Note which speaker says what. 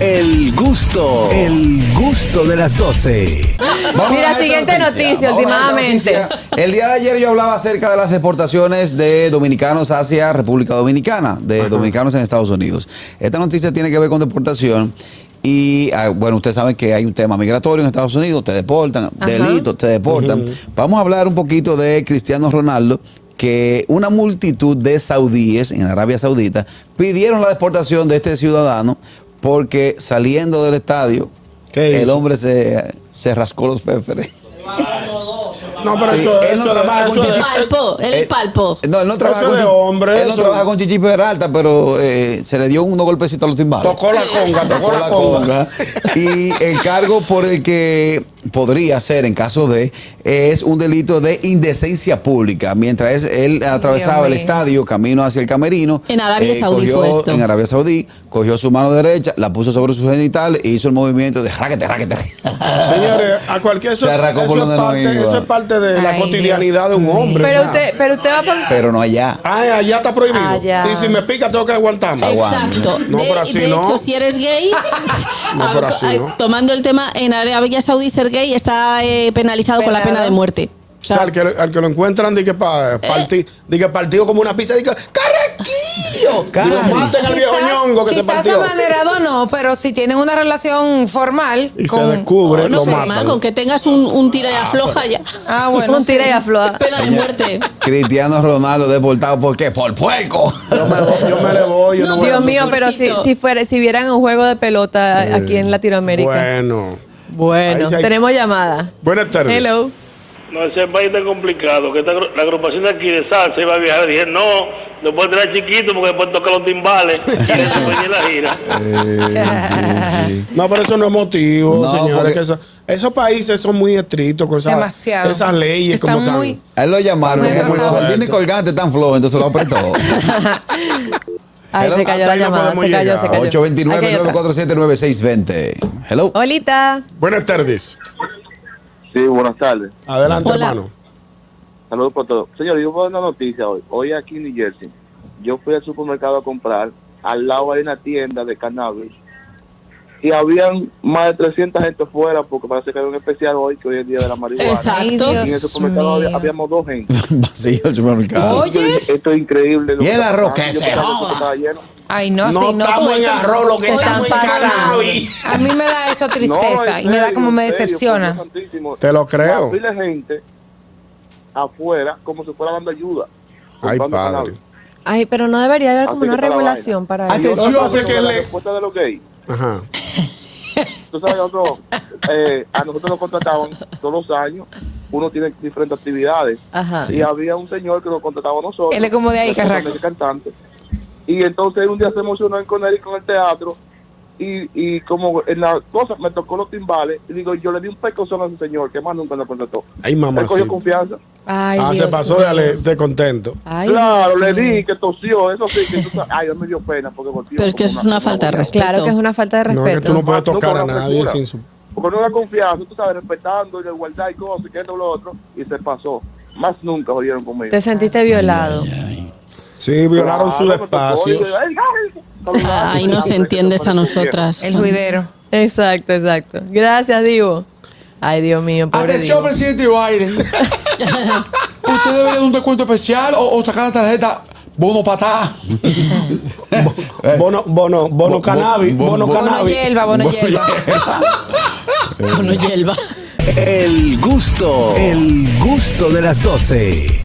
Speaker 1: El gusto, el gusto de las 12.
Speaker 2: Vamos
Speaker 3: Mira,
Speaker 2: a esta
Speaker 3: siguiente
Speaker 2: Vamos
Speaker 3: noticia,
Speaker 2: a esta
Speaker 3: últimamente.
Speaker 2: noticia. El día de ayer yo hablaba acerca de las deportaciones de dominicanos hacia República Dominicana, de dominicanos en Estados Unidos. Esta noticia tiene que ver con deportación. Y ah, bueno, ustedes saben que hay un tema migratorio en Estados Unidos, te deportan,
Speaker 3: Ajá.
Speaker 2: delitos, te deportan. Vamos a hablar un poquito de Cristiano Ronaldo, que una multitud de saudíes en Arabia Saudita pidieron la deportación de este ciudadano porque saliendo del estadio,
Speaker 4: ¿Qué
Speaker 2: el
Speaker 4: hizo?
Speaker 2: hombre se, se rascó los féferes.
Speaker 4: No, pero
Speaker 2: Sí,
Speaker 4: eso,
Speaker 2: él no
Speaker 4: eso-
Speaker 2: trabaja
Speaker 4: eso
Speaker 2: con
Speaker 4: es-
Speaker 2: chichi-
Speaker 3: palpó, él
Speaker 2: Eh,
Speaker 3: palpó.
Speaker 2: No, él no trabaja
Speaker 4: Eso
Speaker 2: con
Speaker 4: de
Speaker 2: chichi-
Speaker 4: hombre,
Speaker 2: Él no
Speaker 4: eso.
Speaker 2: trabaja con Chichi Peralta, pero eh, se le dio unos golpecitos a los timbales.
Speaker 4: Tocó la conga, tocó la conga.
Speaker 2: Y el cargo por el que podría ser en caso de es un delito de indecencia pública. Mientras es- él atravesaba el
Speaker 3: mío.
Speaker 2: estadio camino hacia el camerino. eh,
Speaker 5: En Arabia Saudí
Speaker 2: cogió-
Speaker 5: fue esto.
Speaker 2: En Arabia Saudí, cogió su mano derecha, la puso sobre su genital e hizo el movimiento de raquete, raquete, raquete.
Speaker 4: Señores, a cualquier eso,
Speaker 2: Se arrancó
Speaker 4: eso
Speaker 2: por
Speaker 4: es
Speaker 2: donde no
Speaker 4: parte,
Speaker 2: iba.
Speaker 4: eso es parte de la
Speaker 3: Ay,
Speaker 4: cotidianidad
Speaker 3: Dios
Speaker 4: de un hombre.
Speaker 3: Pero
Speaker 4: o sea.
Speaker 3: usted, pero usted va por...
Speaker 2: Pero no allá.
Speaker 4: Ay, allá está prohibido.
Speaker 3: Allá.
Speaker 4: Y si me pica, tengo que aguantarme.
Speaker 2: Aguanta.
Speaker 5: Exacto.
Speaker 4: No,
Speaker 5: de
Speaker 4: pero así
Speaker 5: de
Speaker 4: no.
Speaker 5: hecho, si eres gay,
Speaker 4: No, pero así
Speaker 5: a-
Speaker 4: no.
Speaker 5: tomando el tema, en Arabia Saudí ser gay está eh, penalizado con la
Speaker 3: Penado.
Speaker 5: pena de muerte. O
Speaker 4: O sea,
Speaker 5: sea,
Speaker 4: al que, al que lo encuentran, di que,
Speaker 3: Eh.
Speaker 4: pa- parti- di que partido como una pizza, di que ¡Carrequillo! Y lo
Speaker 2: Cari.
Speaker 4: maten al viejo ñongo que se
Speaker 3: quizás
Speaker 4: partió.
Speaker 3: amanerado no, pero si tienen una relación formal
Speaker 4: Y se descubre,
Speaker 5: no
Speaker 4: lo
Speaker 5: sé,
Speaker 4: matan.
Speaker 5: mal, con que tengas un, un tira y afloja ya.
Speaker 3: Ah, bueno,
Speaker 5: Un
Speaker 3: sí.
Speaker 5: tira y afloja. Pena de
Speaker 2: Señor-
Speaker 5: muerte.
Speaker 2: Cristiano Ronaldo deportado, ¿por qué? Por puerco.
Speaker 4: Yo me, voy, yo me le voy. Yo no,
Speaker 5: No,
Speaker 4: voy a-
Speaker 3: Dios mío, pero si, si fuera, si vieran un juego de pelota aquí en Latinoamérica.
Speaker 4: Eh, Bueno.
Speaker 3: Bueno,
Speaker 4: Ahí sí hay-
Speaker 3: tenemos llamada.
Speaker 4: Buenas tardes.
Speaker 3: Hello.
Speaker 6: No, ese país tan complicado, que esta agru- la agrupación de aquí de salsa iba a viajar. Dije, no, lo puedo traer chiquito porque después toca los timbales y después viene la gira.
Speaker 4: No, pero eso no es motivo,
Speaker 2: No,
Speaker 4: señores.
Speaker 2: porque-
Speaker 4: que eso- esos países son muy estrictos con esas,
Speaker 3: Demasiado.
Speaker 4: esas leyes.
Speaker 3: Están
Speaker 4: como tan-
Speaker 3: muy-
Speaker 2: A él lo llamaron,
Speaker 3: Muy
Speaker 2: como por
Speaker 3: atrasado.
Speaker 2: favor, tiene colgante tan flojo, entonces lo apretó.
Speaker 3: Ay,
Speaker 2: Hello.
Speaker 3: se cayó
Speaker 4: Hasta
Speaker 3: la
Speaker 4: ahí no
Speaker 3: llamada,
Speaker 4: podemos
Speaker 3: se cayó,
Speaker 2: Ah,
Speaker 4: llegar.
Speaker 3: se cayó. Aquí hay otra. Oh.
Speaker 2: 829-947-9620. Hello.
Speaker 3: Olita.
Speaker 4: Buenas tardes.
Speaker 7: Sí, buenas tardes.
Speaker 4: Adelante,
Speaker 5: Hola.
Speaker 4: hermano.
Speaker 7: Saludos para todos. Señor, yo voy a dar una noticia hoy. Hoy aquí en New Jersey, yo fui al supermercado a comprar. Al lado hay una tienda de cannabis. Y habían más de 300 gente fuera porque parece que hay un especial hoy, que hoy es el día de la marihuana.
Speaker 5: Exacto.
Speaker 3: Ay,
Speaker 7: Y en el
Speaker 3: Dios
Speaker 7: supermercado había-
Speaker 3: mío.
Speaker 7: habíamos dos gente.
Speaker 2: Vacío el supermercado.
Speaker 3: Oye.
Speaker 7: Esto, esto es increíble. lo
Speaker 2: Y el
Speaker 7: está
Speaker 2: arroz
Speaker 7: pasando.
Speaker 2: que
Speaker 7: Yo
Speaker 2: se
Speaker 7: pensaba que
Speaker 2: joda.
Speaker 7: estaba lleno.
Speaker 3: Ay,
Speaker 4: No
Speaker 3: no, sí, no.
Speaker 4: estamos
Speaker 3: todo
Speaker 4: en
Speaker 3: eso
Speaker 4: arroz, lo que
Speaker 3: se
Speaker 4: estamos
Speaker 3: están
Speaker 4: en
Speaker 3: pasando.
Speaker 4: cannabis.
Speaker 3: A mí me da eso
Speaker 7: No,
Speaker 3: tristeza
Speaker 7: en
Speaker 3: y me da
Speaker 7: serio,
Speaker 3: como me
Speaker 7: en serio,
Speaker 3: decepciona.
Speaker 7: Dios santísimo.
Speaker 4: Te lo creo.
Speaker 7: Una pila de gente afuera como si fuera dando ayuda.
Speaker 4: Ay,
Speaker 7: comprando
Speaker 4: padre.
Speaker 7: cannabis.
Speaker 3: Ay, pero no debería
Speaker 4: Ah,
Speaker 3: haber como
Speaker 7: Así
Speaker 3: una
Speaker 7: que está la
Speaker 3: regulación para
Speaker 2: Ay,
Speaker 3: eso.
Speaker 2: Dios.
Speaker 7: Yo no
Speaker 4: sé
Speaker 7: sé
Speaker 4: Ah, que
Speaker 7: que la
Speaker 4: le-
Speaker 7: respuesta de los gays.
Speaker 4: Ajá.
Speaker 7: Tú sabes, nosotros, eh, a nosotros nos contrataban todos los años. Uno tiene diferentes actividades.
Speaker 3: Ajá.
Speaker 7: Y había un señor que nos contrataba a nosotros.
Speaker 3: Él es como de ahí,
Speaker 7: que es
Speaker 3: Carraco.
Speaker 7: cantante. Y entonces un día se emocionó en con él y con el teatro. Y, y como en la cosa me tocó los timbales, y digo, yo le di un pecozón a ese señor que más nunca nos contrató.
Speaker 4: Ay,
Speaker 7: Él cogió
Speaker 4: mamacita.
Speaker 7: confianza.
Speaker 3: Ay,
Speaker 4: Ah, se
Speaker 3: Dios
Speaker 4: pasó de,
Speaker 3: mío.
Speaker 4: ale- de contento.
Speaker 3: Ay,
Speaker 7: claro,
Speaker 3: Dios
Speaker 7: le
Speaker 3: mío.
Speaker 7: di que tosió, eso sí, que tú sabes- ay, él me dio pena porque golpeó
Speaker 5: Pero es que
Speaker 7: como
Speaker 5: eso es una falta de
Speaker 7: guayaba.
Speaker 5: respeto.
Speaker 3: Claro que es una falta de
Speaker 4: No, que
Speaker 3: respeto.
Speaker 4: tú no puedes
Speaker 7: No, no
Speaker 4: tocar a
Speaker 7: con la
Speaker 4: nadie
Speaker 7: apertura.
Speaker 4: sin su.
Speaker 7: Porque no da confianza, tú sabes, respetando y la igualdad y cosas, y que esto y lo otro, y se pasó. Más nunca jodieron conmigo.
Speaker 3: Te sentiste violado.
Speaker 4: Sí, violaron
Speaker 7: Claro,
Speaker 4: sus
Speaker 7: me tocó, y
Speaker 4: espacios.
Speaker 7: yo, "Ay, ay". Saludando,
Speaker 5: Ahí nos
Speaker 7: saludando,
Speaker 5: entiendes
Speaker 7: que
Speaker 5: a
Speaker 7: te parece
Speaker 5: nosotras.
Speaker 3: El juidero. Exacto, exacto. Gracias, Divo. Ay, Dios mío, pobre
Speaker 8: Atención,
Speaker 3: Divo.
Speaker 8: presidente Biden. Usted debería dar un descuento especial o, o sacar la tarjeta bono patá.
Speaker 4: Bono, bono, bono
Speaker 2: bo-
Speaker 4: cannabis.
Speaker 2: bo-
Speaker 4: Bono
Speaker 2: bo-
Speaker 3: Bono
Speaker 4: cannabis.
Speaker 3: hierba, bono hierba.
Speaker 5: Bueno, yelva.
Speaker 1: El gusto, el gusto de las 12.